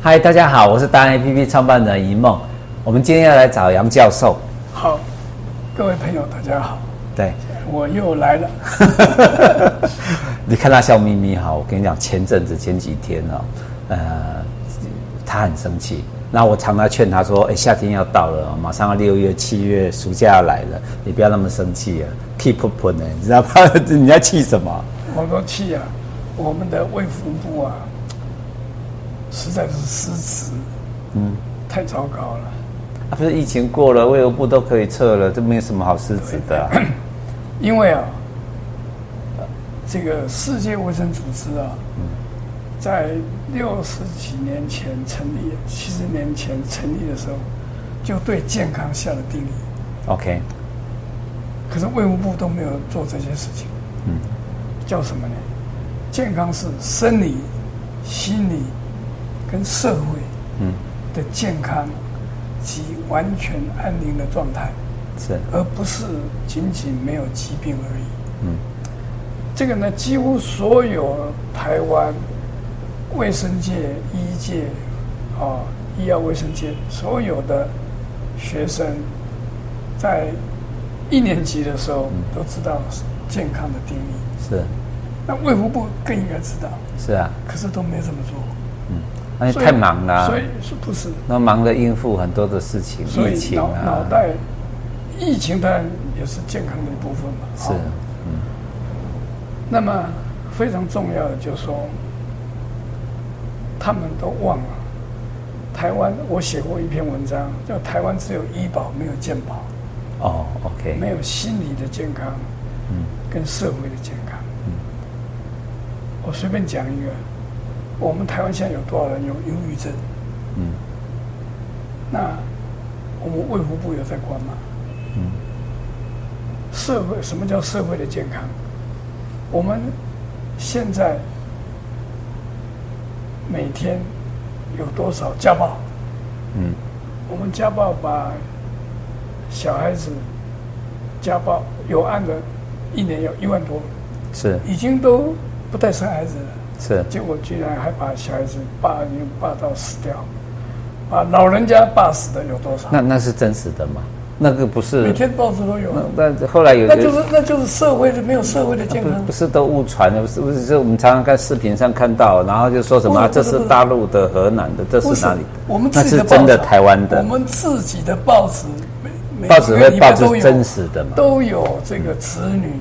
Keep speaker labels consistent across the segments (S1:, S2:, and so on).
S1: 嗨，大家好，我是达人 APP 创办人一梦。我们今天要来找杨教授，
S2: 好，各位朋友，大家好，
S1: 对，
S2: 我又来了。
S1: 你看他笑眯眯哈，我跟你讲，前阵子前几天哦，呃，他很生气。那我常常劝他说：“哎，夏天要到了，马上要六月、七月，暑假要来了，你不要那么生气了，keep up 呢，你知道吗？ 你在气什么？
S2: 我说气啊，我们的卫福部啊，实在是失职，
S1: 嗯，
S2: 太糟糕了。
S1: 啊，不是疫情过了，卫生部都可以撤了，这没有什么好失职的 啊、
S2: 因为啊，这个世界卫生组织啊，在六十几年前成立，七十年前成立的时候，就对健康下了定义。
S1: OK，
S2: 可是卫务部都没有做这些事情。
S1: 嗯，
S2: 叫什么呢？健康是生理、心理跟社会
S1: 嗯，
S2: 的健康及完全安宁的状态，
S1: 是，
S2: 而不是仅仅没有疾病而已。
S1: 嗯
S2: 这个呢，几乎所有台湾卫生界、医界啊、医药卫生界所有的学生，在一年级的时候都知道健康的定义。
S1: 是
S2: 那卫福部更应该知道，
S1: 是啊，
S2: 可是都没这么做，
S1: 嗯，而且太忙了啊、
S2: 所以是不是？
S1: 那忙着应付很多的事情，
S2: 所
S1: 疫
S2: 以
S1: 情
S2: 脑
S1: 啊，
S2: 脑袋，疫情当然也是健康的一部分嘛。
S1: 是
S2: 哦，那么非常重要的就是说，他们都忘了台湾。我写过一篇文章，叫“台湾只有医保没有健保，
S1: 哦，OK，
S2: 没有心理的健康
S1: 嗯
S2: 跟社会的健康”。我随便讲一个，我们台湾现在有多少人有忧郁症？
S1: 嗯
S2: 那我们卫福部有在管吗？
S1: 嗯
S2: 社会什么叫社会的健康？我们现在每天有多少家暴？
S1: 嗯
S2: 我们家暴把小孩子家暴有案的，一年有一万多，
S1: 是
S2: 已经都不带生孩子了，
S1: 是
S2: 结果居然还把小孩子霸凌霸到死掉，把老人家霸死的有多少？
S1: 那那是真实的嘛？那个不是
S2: 每，天报纸都有，
S1: 那那后来有
S2: 那就是嗯那就是社会的没有社会的健
S1: 不
S2: 康
S1: 不。是都误传的，不是不是，就我们常常看视频上看到，然后就说什么、啊、
S2: 不
S1: 这
S2: 是不是
S1: 是大陆的、河南的，这
S2: 不
S1: 是
S2: 是
S1: 哪里的？
S2: 我们
S1: 那
S2: 自己
S1: 是
S2: 的报纸啊
S1: 真的台湾
S2: 我
S1: 的
S2: 们自己的报纸，每每
S1: 报纸
S2: 个
S1: 会
S2: 礼
S1: 报
S2: 拜
S1: 这
S2: 都
S1: 是
S2: 有
S1: 真实的嗯嘛？
S2: 都有这个子女，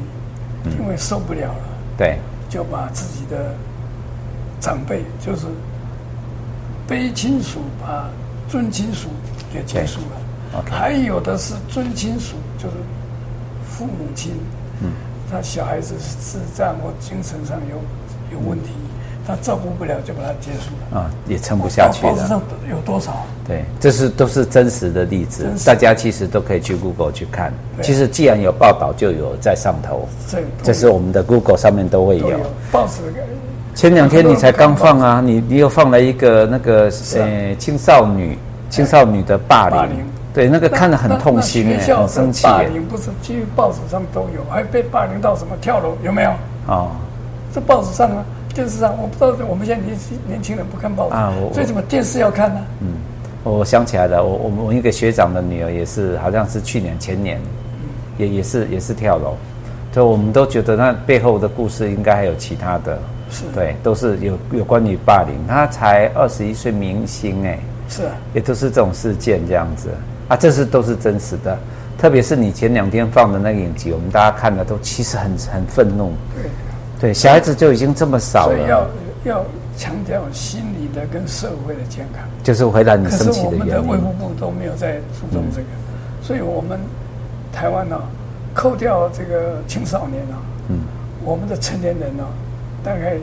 S2: 因为受不了了，
S1: 对，
S2: 就把自己的长辈，就是非亲属，把尊亲属给结束了。
S1: OK
S2: 还有的是尊亲属，就是父母亲，
S1: 嗯
S2: 他小孩子是智障或精神上有有问题，
S1: 嗯
S2: 他照顾不了，就把他结束了。
S1: 啊、也撑不下去
S2: 报纸
S1: 了。
S2: 上有多少？
S1: 对，这是都是真实的例子
S2: 真，实
S1: 大家其实都可以去 Google 去看。
S2: 对
S1: 其实既然有报道，就有在上头。
S2: 这都
S1: 这是我们的 Google 上面都会
S2: 都
S1: 有
S2: 有。报纸
S1: 前两天你才刚放啊，你你又放了一个那个呃青少女青少女的霸
S2: 啊霸
S1: 凌
S2: 凌，
S1: 对，那个看了很痛心
S2: 那
S1: 耶
S2: 那学校
S1: 很
S2: 的
S1: 生气欸
S2: 霸
S1: 耶。
S2: 凌不是基于报纸上都有，还被霸凌到什么跳楼有没有？
S1: 哦，
S2: 这报纸上啊，电视上，我不知道我们现在年轻年轻人不看报纸，
S1: 啊我
S2: 所以怎么电视要看呢、
S1: 嗯，我想起来了，我我我一个学长的女儿也是，好像是去年前年，也也是也是跳楼，对，我们都觉得那背后的故事应该还有其他的，
S2: 是
S1: 对，都是有有关于霸凌，她才二十一岁明星哎、
S2: 是啊，
S1: 也都是这种事件这样子啊，这是都是真实的。特别是你前两天放的那个影集，我们大家看了都其实很很愤怒。
S2: 对，
S1: 对，小孩子就已经这么少
S2: 所以要
S1: 了，
S2: 要强调心理的跟社会的健康。
S1: 就是回答你
S2: 可
S1: 生
S2: 是
S1: 气
S2: 我
S1: 的嗯
S2: 们的
S1: 原
S2: 卫福
S1: 因。
S2: 部都没有在注重这个，所以我们台湾呢、啊扣掉这个青少年啊，
S1: 嗯，
S2: 我们的成年人呢、啊大概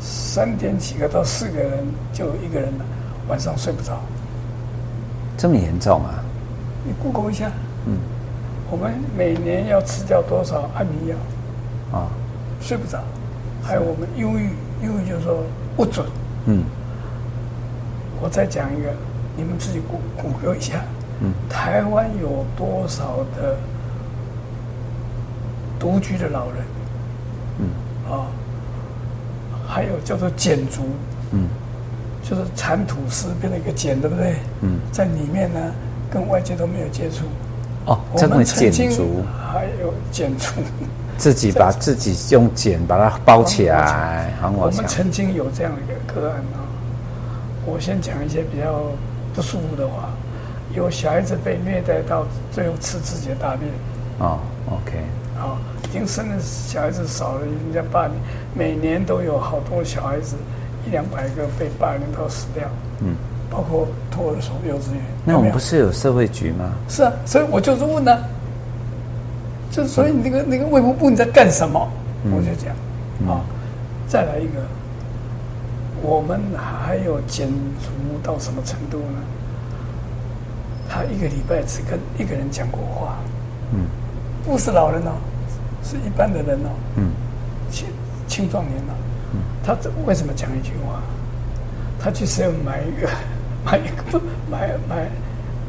S2: 三点几个到四个人就有一个人了，晚上睡不着。
S1: 这么严重啊？
S2: 你 Google 一下，
S1: 嗯，
S2: 我们每年要吃掉多少安眠药，
S1: 啊、
S2: 睡不着，还有我们忧郁，忧郁就是说不准。
S1: 嗯，
S2: 我再讲一个，你们自己谷谷歌一下，
S1: 嗯，
S2: 台湾有多少的独居的老人？
S1: 嗯，
S2: 啊、还有叫做减族，
S1: 嗯，
S2: 就是缠吐司变成一个茧，对不对？嗯，在里面呢，跟外界都没有接触。
S1: 哦，
S2: 我
S1: 真的
S2: 们曾
S1: 剪
S2: 经
S1: 竹，
S2: 还有剪竹，
S1: 自己把自己用剪把它包起来，防火
S2: 我们
S1: 墙。
S2: 曾经有这样一个个案啊。我先讲一些比较不舒服的话，有小孩子被虐待到最后吃自己的大便。
S1: 哦，OK，
S2: 啊，已经生的小孩子少了，人家霸凌，每年都有好多小孩子，一两百个被霸凌到死掉，
S1: 嗯，
S2: 包括托儿所、幼稚园。
S1: 那
S2: 有
S1: 我们
S2: 没有
S1: 不是有社会局吗？
S2: 是啊，所以我就是问呢、啊，就所以你那个那个卫福部你在干什么？
S1: 嗯
S2: 我就讲啊，再来一个，我们还有减除到什么程度呢？他一个礼拜只跟一个人讲过话，
S1: 嗯，
S2: 不是老人哦，是一般的人哦，
S1: 嗯，
S2: 青青壮年了、他这为什么讲一句话？他去 s e 买一个 买一个买买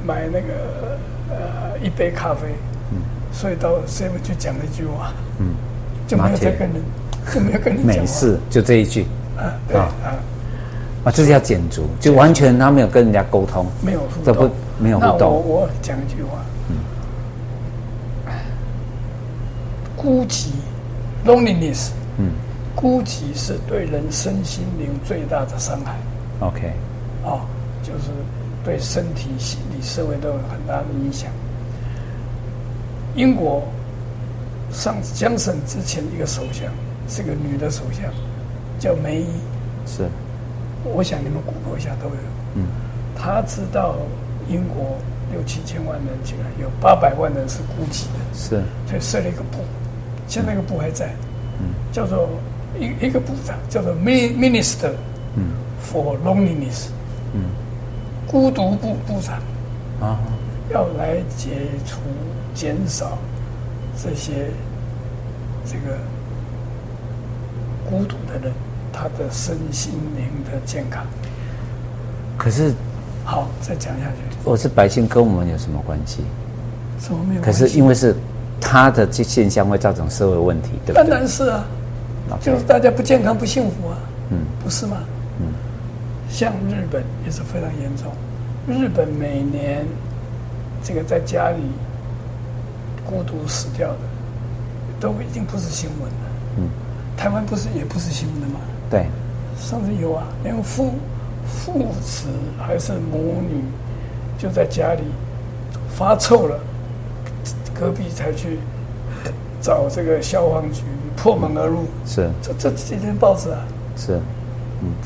S2: 买那个呃一杯咖啡，所以到 s e 去讲了一句话，
S1: 嗯，
S2: 就没有
S1: 拿
S2: 再
S1: 铁
S2: 跟人就没有 跟你讲
S1: 美
S2: 话
S1: 式就这一句
S2: 啊，对
S1: 啊
S2: 啊，
S1: 啊，这叫剪竹，就完全他没有跟人家沟通。
S2: 没有互
S1: 这
S2: 动
S1: 不，没有互嗯
S2: 那我
S1: 动
S2: 我讲一句话，孤寂 loneliness，
S1: 嗯
S2: 孤寂是对人身心灵最大的伤害。
S1: ，OK，
S2: 哦，就是对身体、心理、社会都有很大的影响。英国上江省之前一个首相是个女的首相，叫梅姨，
S1: 是，
S2: 我想你们 Google 一下都有。
S1: 嗯，
S2: 她知道英国六七千万人进来，有八百万人是孤寂的，
S1: 是，
S2: 所以设了一个部，现在那个部还在，叫做一一个部长叫做 Min- Minister for Loneliness，孤独部部长
S1: 啊，
S2: 要来解除、减少这些这个孤独的人他的身心灵的健康。
S1: 可是
S2: 好，再讲下去，
S1: 我是百姓，跟我们有什么关系？
S2: 怎么没有
S1: 可
S2: 关系？
S1: 是因为是他的这现象会造成社会问题，对
S2: 当
S1: 不对
S2: 然是啊。就
S1: ？OK，
S2: 是大家不健康、不幸福啊，
S1: 嗯，
S2: 不是吗？嗯，像日本也是非常严重，日本每年这个在家里孤独死掉的，都已经不是新闻了。
S1: 嗯，
S2: 台湾不是也不是新闻了吗？
S1: 对，
S2: 上次有啊，连父父子还是母女就在家里发臭了，隔壁才去找这个消防局，破门而入。
S1: 是
S2: 这这几天报纸啊，
S1: 是，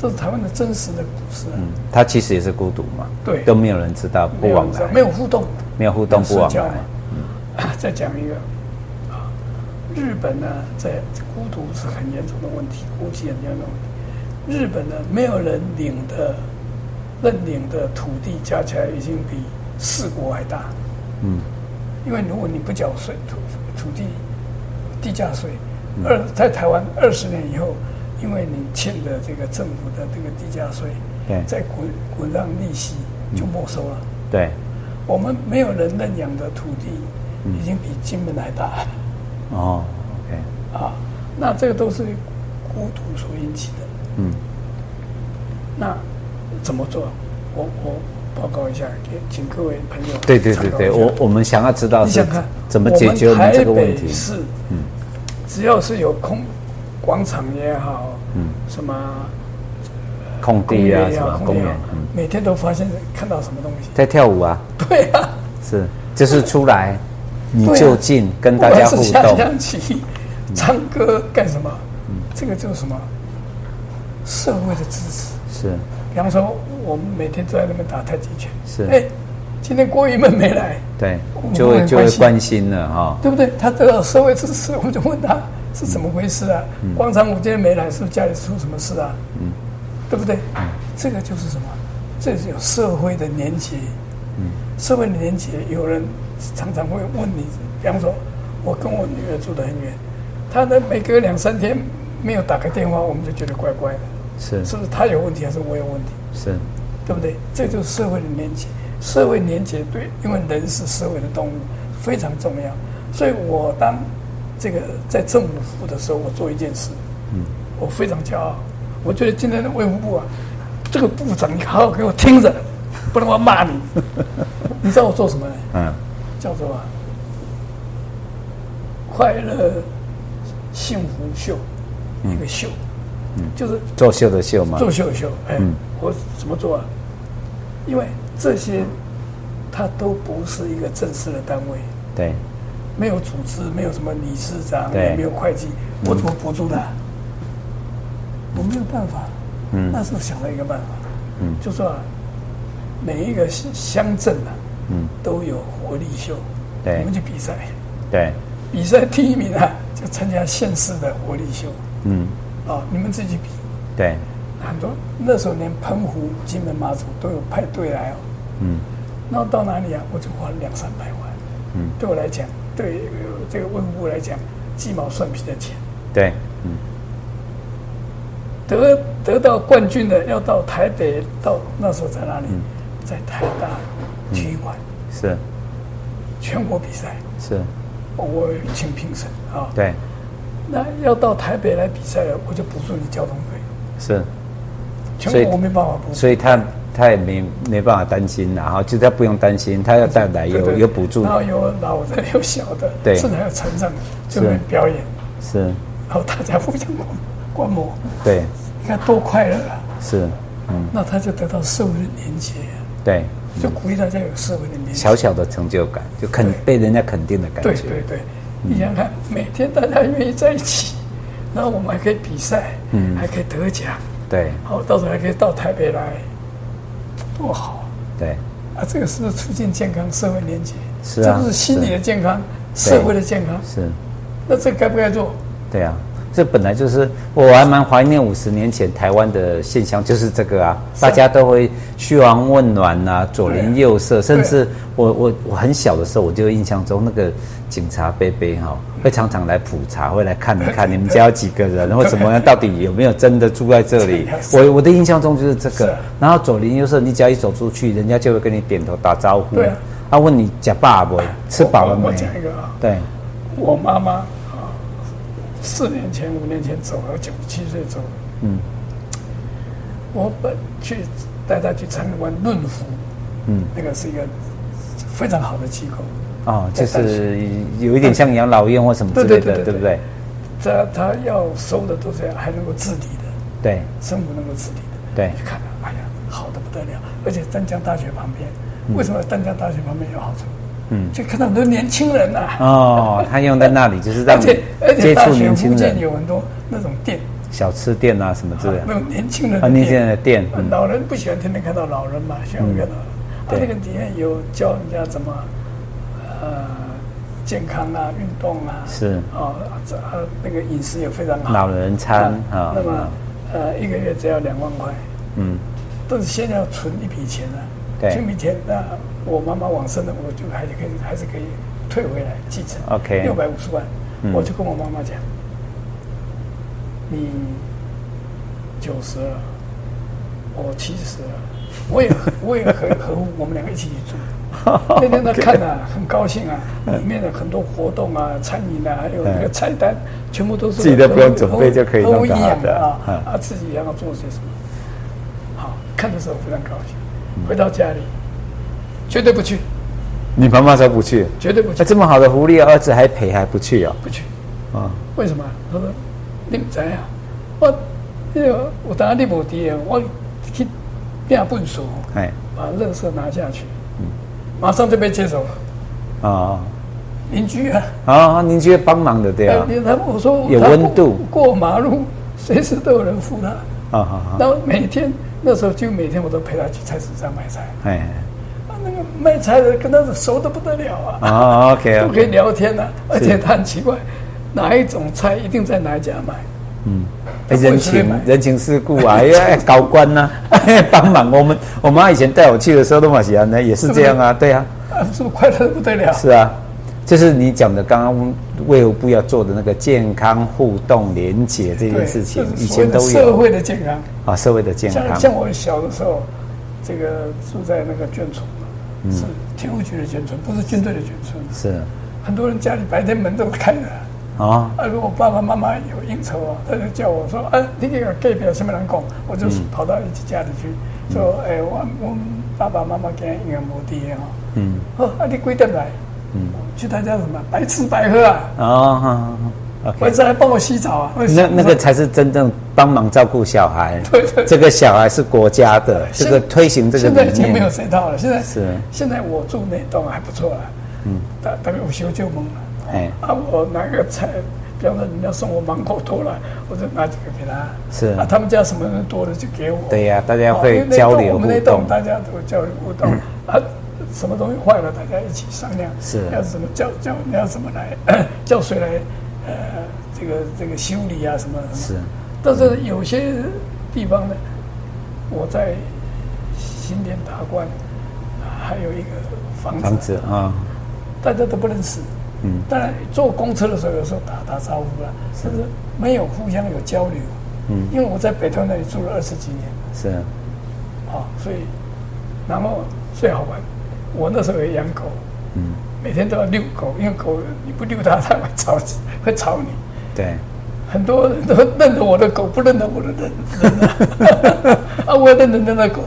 S2: 这是台湾的真实的故事啊，
S1: 嗯，他其实也是孤独嘛，
S2: 对
S1: 都没有人知道，
S2: 没
S1: 不
S2: 有
S1: 往
S2: 人知道
S1: 来，
S2: 没有互动，
S1: 没有互动，不
S2: 没有
S1: 往
S2: 社交
S1: 来
S2: 嘛，啊再讲一个啊，日本呢，在孤独是很严重的问题，孤寂很严重的问题。日本呢，没有人领的认领的土地加起来已经比四国还大，
S1: 嗯，
S2: 因为如果你不缴税土土地地价税，二在台湾二十年以后，因为你欠的这个政府的这个地价税
S1: 对，
S2: 再滚滚让利息就没收了。
S1: 对，
S2: 我们没有人认养的土地，
S1: 嗯
S2: 已经比金门还大
S1: 哦，OK，
S2: 啊！那这个都是孤独所引起的。
S1: 嗯，
S2: 那怎么做？我我报告一下，给请各位朋友
S1: 对对对
S2: 参考一
S1: 对，
S2: 下
S1: 我我们想要知道
S2: 你
S1: 是
S2: 想看
S1: 怎么解决我们这个问
S2: 台北
S1: 题，嗯
S2: 市，只要是有空广场也好，
S1: 嗯
S2: 什么
S1: 空
S2: 公
S1: 地啊
S2: 园也
S1: 什么
S2: 好，
S1: 公
S2: 也
S1: 园
S2: 好，
S1: 嗯，
S2: 每天都发现看到什么东西。
S1: 在跳舞啊，
S2: 对啊，
S1: 是，就是出来，你
S2: 对啊
S1: 就近跟
S2: 不
S1: 大
S2: 管
S1: 家
S2: 是
S1: 互
S2: 下
S1: 动，
S2: 象棋、唱歌干什么？
S1: 嗯
S2: 这个就是什么社会的支持。
S1: 是
S2: 比方说，我们每天都在那边打太极拳，
S1: 是
S2: 哎，今天郭玉妹没来，
S1: 对
S2: 我们，
S1: 就
S2: 会
S1: 会
S2: 很
S1: 就会
S2: 关心
S1: 关心了哈，
S2: 对不对？他得到社会支持，我就问他是怎么回事啊？广场舞今天没来，是不是家里出什么事啊？嗯，对不对？这个就是什么？这是有社会的连结。嗯，社会的连结，有人常常会问你，比方说，我跟我女儿住得很远，她呢每隔两三天没有打个电话，我们就觉得怪怪的，
S1: 是
S2: 是不是她有问题还是我有问题？
S1: 是，
S2: 对不对？这就是社会的连结，社会连结对，因为人是社会的动物，非常重要。所以我当这个在政府服务的时候，我做一件事，嗯，我非常骄傲。我觉得今天的卫福部啊，这个部长，你好好给我听着，不然我骂你。你知道我做什么呢？
S1: 嗯，
S2: 叫做、啊、快乐幸福秀，一个秀，就是
S1: 作秀的秀嘛，
S2: 做秀秀。哎，我怎么做啊？因为这些它都不是一个正式的单位，
S1: 对，
S2: 没有组织，没有什么理事长，
S1: 对
S2: 也没有会计，我怎么补助他？我没有办法。嗯，那时候想了一个办法，嗯，就说、啊、每一个乡乡镇啊，嗯，都有活力秀，
S1: 对
S2: 我们去比赛，
S1: 对，
S2: 比赛第一名啊，就参加县市的活力秀，
S1: 嗯，
S2: 啊，你们自己比，
S1: 对，
S2: 很多那时候连澎湖、金门、马祖都有派队来哦。
S1: 嗯，
S2: 然后到哪里啊，我就花了两三百万。
S1: 嗯，
S2: 对我来讲，对呃这个卫福部来讲，鸡毛蒜皮的钱。
S1: 对，嗯，
S2: 得得到冠军的要到台北，到那时候在哪里？
S1: 嗯
S2: 在台大体育馆、
S1: 是
S2: 全国比赛，哦
S1: 是，
S2: 我请评审啊。
S1: 对，
S2: 那要到台北来比赛了，我就补助你交通费。
S1: 是，
S2: 全
S1: 所以
S2: 国我没办法补助。
S1: 所以他他也没没办法担心啦，哈，就是他不用担心，他要再来
S2: 对
S1: 有
S2: 对
S1: 有补助
S2: 然，后有老的，有小的，
S1: 对
S2: 甚至还有残障的，就是能表演，
S1: 是，
S2: 然后大家互相观观摩，
S1: 对，
S2: 你看多快乐啊！
S1: 是，
S2: 那他就得到社会的连接，
S1: 对，
S2: 就鼓励大家有社会的连接。
S1: 小小的成就感，就肯被人家肯定的感
S2: 对
S1: 觉，
S2: 对对，你想想看，每天大家愿意在一起，然后我们还可以比赛，嗯，还可以得奖，
S1: 对
S2: 好，到时候还可以到台北来，多好
S1: 对
S2: 啊！这个是不是促进健康、社会连接？
S1: 是啊
S2: 这不是心理
S1: 是
S2: 的健康、社会的健康？
S1: 是。
S2: 那这该不该做？
S1: 对啊，这本来就是我还蛮怀念五十年前台湾的现象，就是这个啊，大家都会嘘寒问暖呐、左邻右舍，甚至我我我很小的时候，我就印象中那个警察贝贝哈，
S2: 嗯
S1: 会常常来普查，会来看一 看你们家有几个人，或怎么样，到底有没有真的住在这里
S2: 对啊。 是
S1: 我我的印象中就是这
S2: 是
S1: 个
S2: 啊，
S1: 然后左邻右舍，你只要一走出去，人家就会跟你点头打招呼
S2: 对啊，
S1: 他问你吃饱没，吃饱了
S2: 我
S1: 没
S2: 我？讲一个啊，
S1: 对，
S2: 我妈妈啊，四年前、五年前走了，九十七岁走了。嗯，我本去带她去参观论福，嗯，那个是一个非常好的机构。
S1: 哦，就
S2: 在大学
S1: 是有一点像养老院或什么之类
S2: 对哎对
S1: 的，
S2: 对对
S1: 对不对？
S2: 她她要收的都是还能够自理的，
S1: 对
S2: 生活能够自理的。
S1: 对
S2: 去看了，哎呀，好的不得了！而且丹江大学旁边，
S1: 嗯
S2: 为什么丹江大学旁边有好处？嗯，就看到很多年轻人呐、啊，
S1: 哦，他用在那里就是让
S2: 而
S1: 你
S2: 且而且
S1: 接
S2: 大
S1: 触
S2: 学
S1: 年
S2: 附
S1: 轻
S2: 近
S1: 人，
S2: 有很多那种店。
S1: 小吃店啊什么之类
S2: 那
S1: 的，
S2: 种年轻人
S1: 啊，
S2: 的
S1: 那些的
S2: 店，
S1: 店，嗯
S2: 老人不喜欢天天看到老人嘛，喜欢看到，他
S1: 对
S2: 那个里面有教人家怎么，呃，健康啊，运动啊，
S1: 是
S2: 哦，这啊那个饮食也非常好，
S1: 老人餐啊
S2: 那，么呃一个月只要两万块，
S1: 嗯，
S2: 但是先要存一笔钱啊，
S1: 对
S2: 存一笔钱，那呃我妈妈往生了，我就还是可以还是可以退回来继承
S1: OK
S2: 六百五十万，
S1: 嗯
S2: 我就跟我妈妈讲，你九十了，我七十了，我也我也很合乎我们两个一起去住。那天他看啊，很高兴啊，里面的很多活动啊、餐饮啊，还有那个
S1: 嗯
S2: 菜单，全部都是
S1: 自己都不用
S2: 合乎
S1: 准备就可以
S2: 合乎
S1: 弄得
S2: 营
S1: 好
S2: 养
S1: 的
S2: 啊
S1: 嗯
S2: 啊，自己也要做些什么。好看的时候非常高兴，回到家里绝对不去，
S1: 你妈妈说不去，哎
S2: 绝对不去
S1: 那，这么好的福利，啊儿子还陪还不去哦，
S2: 不去。
S1: 啊，
S2: 为什么？他说：“你不知啊，我那个有当你无伫的，我去变粪扫，
S1: 哎，
S2: 把垃圾拿下去，马上就被接走了。
S1: 啊
S2: 邻居啊，
S1: 啊，您觉得帮忙的对啊，
S2: 哎他我说
S1: 有
S2: 他
S1: 温度
S2: 过过马路随时都有人扶他。
S1: 啊啊，啊
S2: 然后每天那时候就每天我都陪他去菜市场买菜，
S1: 哎，
S2: 啊那个卖菜的跟他熟的不得了啊。
S1: 啊，OK，
S2: 都可以
S1: OK，
S2: 聊天啊，而且他很奇怪，哪一种菜一定在哪一家买，
S1: 哎人
S2: 不会随便
S1: 情
S2: 买
S1: 人情世故啊，哎，高官呐， 帮忙我们，我妈以前带我去的时候都蛮喜欢的，也是这样啊，对啊。
S2: 啊，是不是快乐的不得了？
S1: 是啊，就是你讲的刚刚卫福部要做的那个健康互动连结这件
S2: 对
S1: 事情
S2: 这，是
S1: 以
S2: 所谓
S1: 前
S2: 的
S1: 都
S2: 社
S1: 有
S2: 会的健康，
S1: 啊，社会的健
S2: 像
S1: 康
S2: 像我小的时候，这个住在那个眷村嘛，
S1: 嗯
S2: 是铁路局的眷村，不是军队的眷村。
S1: 是
S2: 很多人家里白天门都开着，
S1: 啊，
S2: 啊，如果爸爸妈妈哦哎
S1: 嗯
S2: 有应酬啊，他就叫我说，啊，你给我隔壁什么人讲，我就跑到一起家里去，说诶，我我爸爸妈妈今营养无滴哦，
S1: 嗯，
S2: 好，啊你几点来？
S1: 嗯，
S2: 去他家什么？白吃白喝啊！
S1: 哦好好好
S2: 晚
S1: ，OK，
S2: 上来帮我洗澡啊！为什
S1: 那
S2: 么
S1: 那个才是真正帮忙照顾小孩，
S2: 对对对
S1: 这个小孩是国家的，这
S2: 现
S1: 个推行这个
S2: 现在
S1: 理
S2: 已经没有
S1: 念，
S2: 这套了。现在
S1: 是
S2: 现在我住那栋还不错了，嗯，大大概午休就懵了。
S1: 哎，
S2: 啊，我拿个菜，比方说人家送我芒果多了，我就拿几个给他。
S1: 是
S2: 啊，他们家什么人多了就给我。
S1: 对呀，大家
S2: 哦因
S1: 会
S2: 为那栋
S1: 交流
S2: 我
S1: 互
S2: 们那栋
S1: 动，嗯
S2: 大家都交流互动啊，什么东西坏了大家一起商量，
S1: 是
S2: 要怎么叫叫你要怎么来叫谁来呃这个这个修理啊什么什
S1: 是嗯
S2: 么。但是有些地方呢，我在新店达观还有一个房
S1: 房
S2: 子，
S1: 子啊，
S2: 大家都不认识。
S1: 嗯，
S2: 当然坐公车的时候有时候打打招呼啦，但是没有互相有交流。
S1: 嗯，
S2: 因为我在北投那里住了二十几年。
S1: 是
S2: 啊，所以，然后最好玩，我那时候也养狗，
S1: 嗯，
S2: 每天都要遛狗，因为狗你不遛它，它会吵，会吵你。
S1: 对，
S2: 很多人都认得我的狗，不认得我的人人啊，啊 我认得那个狗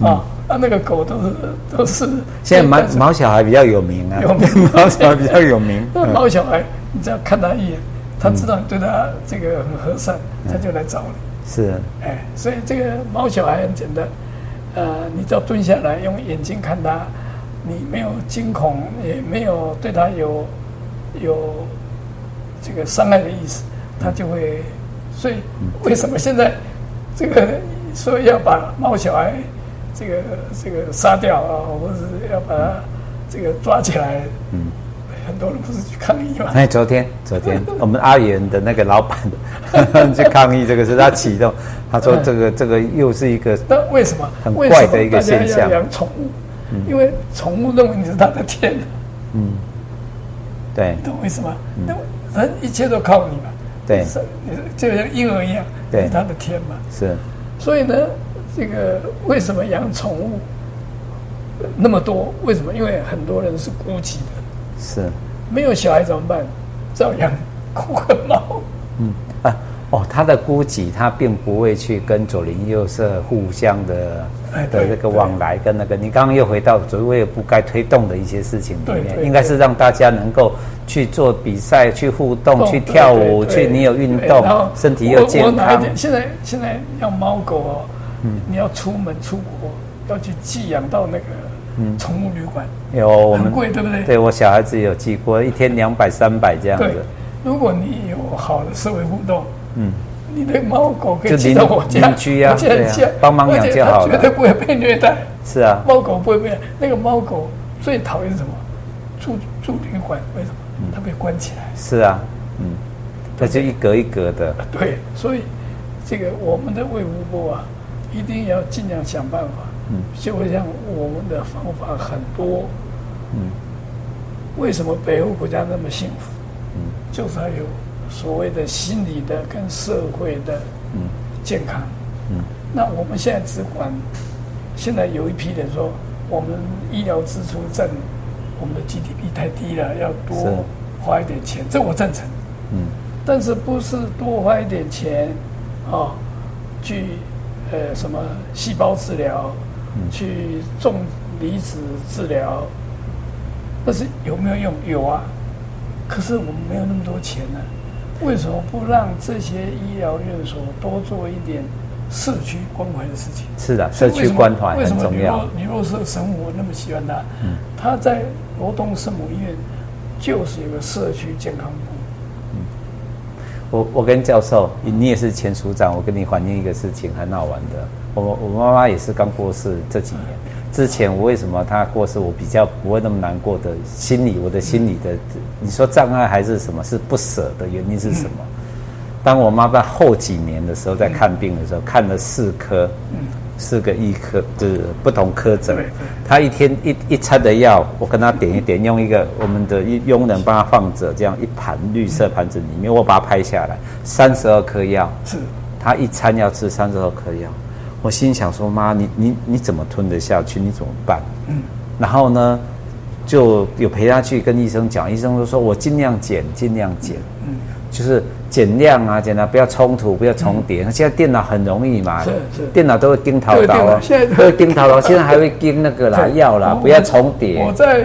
S2: 啊，啊那个狗都是都是
S1: 嗯现在毛
S2: 但是
S1: 毛小孩比较有名啊
S2: 有名，
S1: 毛小孩比较有 名，
S2: 那
S1: 嗯
S2: 毛小孩，你只要看他一眼，他知道你对他这个很和善，他
S1: 嗯
S2: 就来找你。
S1: 是
S2: 哎，所以这个猫小孩很简单，呃，你只要蹲下来，用眼睛看它，你没有惊恐，也没有对它有有这个伤害的意思，它就会。所以为什么现在这个说要把猫小孩这个这个杀掉啊，或者是要把它这个抓起来？嗯，很多人不是去抗议嘛？
S1: 哎，昨天昨天我们阿元的那个老板 去抗议这个事，他启动，他说这个这个又是一个
S2: 那为什么？
S1: 很
S2: 为什
S1: 怪
S2: 么
S1: 的一个现象嗯
S2: 大家要养宠物，因为宠物认为你是它的天，
S1: 对
S2: 你懂我意思吗？那、人一切都靠你嘛。
S1: 对
S2: 你是你是就像婴儿一样，
S1: 对
S2: 你是它的天嘛。
S1: 是
S2: 所以呢，这个为什么养宠物呃那么多？为什么？因为很多人是孤寂的，
S1: 是
S2: 没有小孩怎么办？照养 酷和猫。
S1: 啊哦，他的孤寂他并不会去跟左邻右舍互相的
S2: 哎
S1: 的
S2: 对
S1: 这个往来跟那个，你刚刚又回到所谓不该推动的一些事情里
S2: 对
S1: 面，
S2: 对
S1: 应该是让大家能够去做比赛、去互动、
S2: 动
S1: 去跳舞、
S2: 对对
S1: 去你有运
S2: 对
S1: 动
S2: 然后，
S1: 身体
S2: 我
S1: 又
S2: 我
S1: 健
S2: 哪一
S1: 康
S2: 点，现在现在要猫狗哦，你要出门出国，要去寄养到那个宠物旅馆，
S1: 有嗯我
S2: 很
S1: 们
S2: 贵，对不对？
S1: 对我小孩子有记过，一天两百、三百这样
S2: 对
S1: 子。
S2: 如果你有好的社会互动，
S1: 嗯，
S2: 你的猫狗可
S1: 就
S2: 以寄
S1: 邻
S2: 到我家，
S1: 邻居啊
S2: 而且很
S1: 对啊
S2: 像
S1: 帮忙养
S2: 而且
S1: 就好了
S2: 它绝对不会被虐待。
S1: 是啊，
S2: 猫狗不会被那个猫狗最讨厌什么？住住旅馆为什么？
S1: 嗯
S2: 它被关起来。
S1: 是啊，嗯，那就一格一格的，
S2: 对，所以这个我们的卫福部啊，一定要尽量想办法。
S1: 嗯，
S2: 就像我们的方法很多。
S1: 嗯，
S2: 为什么北欧国家那么幸福？嗯，就是它有所谓的心理的跟社会的
S1: 嗯
S2: 健康。
S1: 嗯，
S2: 那我们现在只管，现在有一批人说，我们医疗支出占我们的 GDP 太低了，要
S1: 是
S2: 多花一点钱，这我赞成。
S1: 嗯，
S2: 但是不是多花一点钱啊、去呃什么细胞治疗，
S1: 嗯
S2: 去重离子治疗，但是有没有用？有啊，可是我们没有那么多钱呢、为什么不让这些医疗院所多做一点社区关怀的事情？
S1: 是的，社区关怀
S2: 为什
S1: 很
S2: 么
S1: 重
S2: 李
S1: 要嗯
S2: 若。李若是神武，我那么喜欢他。他在罗东圣母医院就是有个社区健康部，
S1: 我我跟教授，你你也是前署长，我跟你反映一个事情，很好玩的。我我妈妈也是刚过世这几年，之前我为什么她过世，我比较不会那么难过的心理，我的心理的，你说障碍还是什么？是不舍的原因是什么？当我妈妈后几年的时候，在看病的时候，看了四科，四个医科，就是不同科诊
S2: 对对。
S1: 她一天一一餐的药，我跟她点一点，用一个我们的佣人帮她放着，这样一盘绿色盘子里面，我把它拍下来，三十二颗药，
S2: 是
S1: 她一餐要吃三十二颗药。我心想说，妈，你你你怎么吞得下去？你怎么办？
S2: 嗯
S1: 然后呢，就有陪她去跟医生讲，医生就说我尽量减，尽量减。
S2: 嗯
S1: 就是减量啊，减量，不要冲突，不要重叠。现在电脑很容易嘛，
S2: 是是
S1: 电脑都会盯桃
S2: 对
S1: 刀
S2: 电
S1: 啊
S2: 脑，现在
S1: 都会盯桃刀，现在还会盯那个啦
S2: 对
S1: 药啦，
S2: 我
S1: 不要重叠
S2: 我。在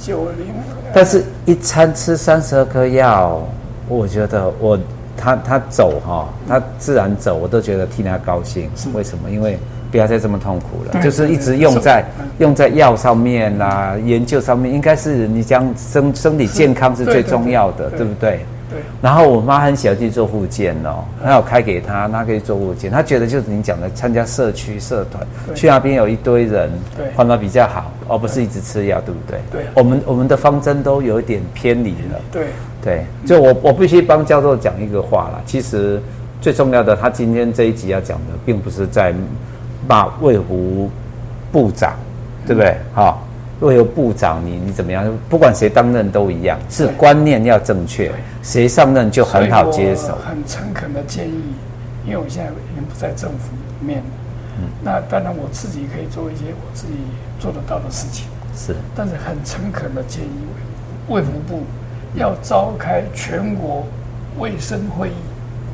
S2: 九零，
S1: 但是，一餐吃三十二颗药，我觉得我他他走哈、
S2: 嗯
S1: 他自然走，我都觉得替他高兴。为什么？因为不要再这么痛苦了，
S2: 对
S1: 就是一直
S2: 对
S1: 用在
S2: 是嗯
S1: 用在药上面啦、研究上面，应该是你讲身身体健康是
S2: 对
S1: 最
S2: 对
S1: 重
S2: 对
S1: 要的，
S2: 对
S1: 对不对？
S2: 对
S1: 然后我妈很喜欢去做复健哦，她有开给她，她可以做复健。她觉得就是你讲的参加社区社团，
S2: 对
S1: 去那边有一堆人，
S2: 对
S1: 环保比较好，而不是一直吃药，对不对？
S2: 对
S1: 我们我们的方针都有一点偏离了。
S2: 对
S1: 对，就我我必须帮教授讲一个话啦。其实最重要的，他今天这一集要讲的，并不是在骂卫福部长，
S2: 嗯
S1: 对不对？好、卫福部长你你怎么样？不管谁当任都一样，是
S2: 对
S1: 观念要正确
S2: 对，
S1: 谁上任就很好接
S2: 所以
S1: 手
S2: 我。很诚恳的建议，因为我现在已经不在政府里面了，
S1: 嗯
S2: 那当然我自己可以做一些我自己做得到的事情，
S1: 是
S2: 但是很诚恳的建议卫卫福部要召开全国卫生会议。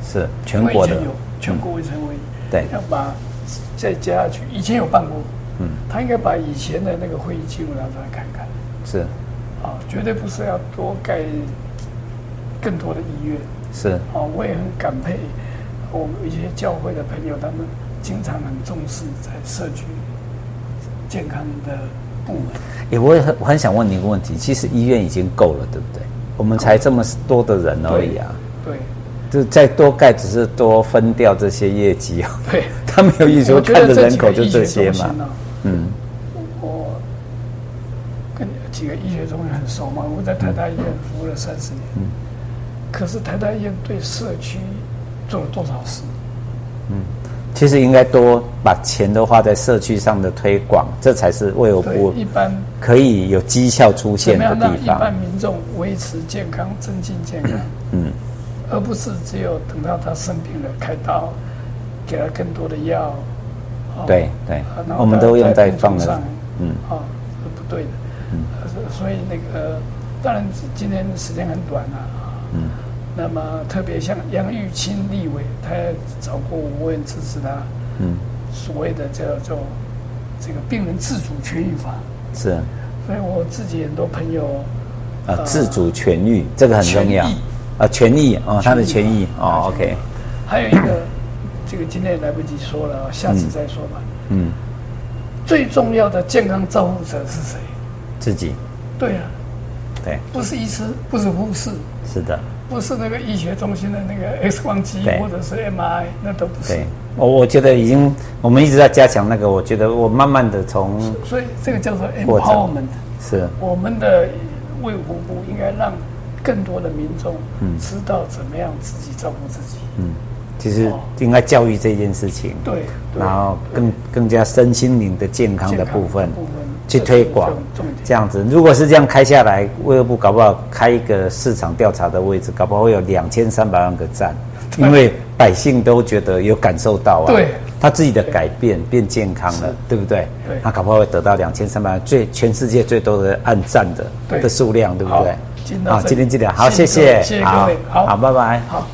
S1: 是，全国的嗯
S2: 因为以前有全国卫生会议，
S1: 对
S2: 要把再加下去，以前有办过，嗯，他应该把以前的那个会议记录拿出来看看，
S1: 是
S2: 啊，绝对不是要多盖更多的医院，
S1: 是
S2: 啊，我也很感佩我们一些教会的朋友，他们经常很重视在社区健康的部门，
S1: 也我也很我很想问你一个问题，其实医院已经够了，对不对？我们才这么多的人而已啊。
S2: 对
S1: 就再多盖，只是多分掉这些业绩哦。
S2: 对。
S1: 他没有意思，
S2: 我觉
S1: 看
S2: 得
S1: 的
S2: 这
S1: 人
S2: 几
S1: 口
S2: 个
S1: 就
S2: 医
S1: 这
S2: 学
S1: 些
S2: 中心
S1: 嘛。
S2: 呢，
S1: 嗯，
S2: 我跟几个医学中心很熟嘛，我在台大医院服务了三十年。可是台大医院对社区做了多少事？
S1: 其实应该多把钱都花在社区上的推广，这才是为我
S2: 对，
S1: 部
S2: 一般
S1: 可以有绩效出
S2: 怎
S1: 现的
S2: 么样让
S1: 地
S2: 一般
S1: 方。
S2: 民众维持健康、增进健康？
S1: 嗯，
S2: 而不是只有等到他生病了开刀，给他更多的药。哦
S1: 对对
S2: 啊然，后
S1: 我们都用在放
S2: 在工作
S1: 的
S2: 上，
S1: 嗯，
S2: 啊、是不对的。呃所以那个，当然今天时间很短啊。
S1: 嗯。
S2: 那么特别像杨玉清立委，他找过我，我也支持他。
S1: 嗯。
S2: 所谓的叫做这个病人自主权益法，
S1: 是
S2: 所以我自己很多朋友
S1: 啊，自主权益这个很重要
S2: 呃权益
S1: 啊，权益哦，他的权益
S2: 啊
S1: 哦
S2: 权益
S1: ，OK，
S2: 还有一个，这个今天也来不及说了，下次再说吧。
S1: 嗯，
S2: 最重要的健康照护者是谁？
S1: 自己
S2: 对啊，
S1: 对，
S2: 不是医师，不是护士，
S1: 是的，
S2: 不是那个医学中心的那个 X 光机
S1: 对
S2: 或者是 MRI，那都不是
S1: 对。，我我觉得已经我们一直在加强那个，我觉得我慢慢的从
S2: 所以这个叫做
S1: 过程
S2: empowerment。
S1: 是
S2: 我们的卫福部应该让更多的民众
S1: 嗯
S2: 知道怎么样自己照顾自己。
S1: 其实
S2: 哦
S1: 应该教育这件事情，
S2: 对，对
S1: 然后更更加身心灵的健康的部分
S2: 健康的部分
S1: 去推广
S2: 这是重点，
S1: 这样子。如果是这样开下来，卫生部搞不好开一个市场调查的位置，搞不好会有两千三百万个赞，
S2: 对
S1: 因为百姓都觉得有感受到啊，
S2: 对
S1: 他自己的改变变健康了，对不对
S2: 对？
S1: 他搞不好会得到两千三百万最全世界最多的按赞的
S2: 对
S1: 的数量，对不
S2: 好
S1: 对
S2: 今天？到
S1: 好，
S2: 这里
S1: 今天这点好，谢
S2: 谢谢各位
S1: 谢，
S2: 谢谢各
S1: 好
S2: 位，好
S1: 好，拜拜。
S2: 好。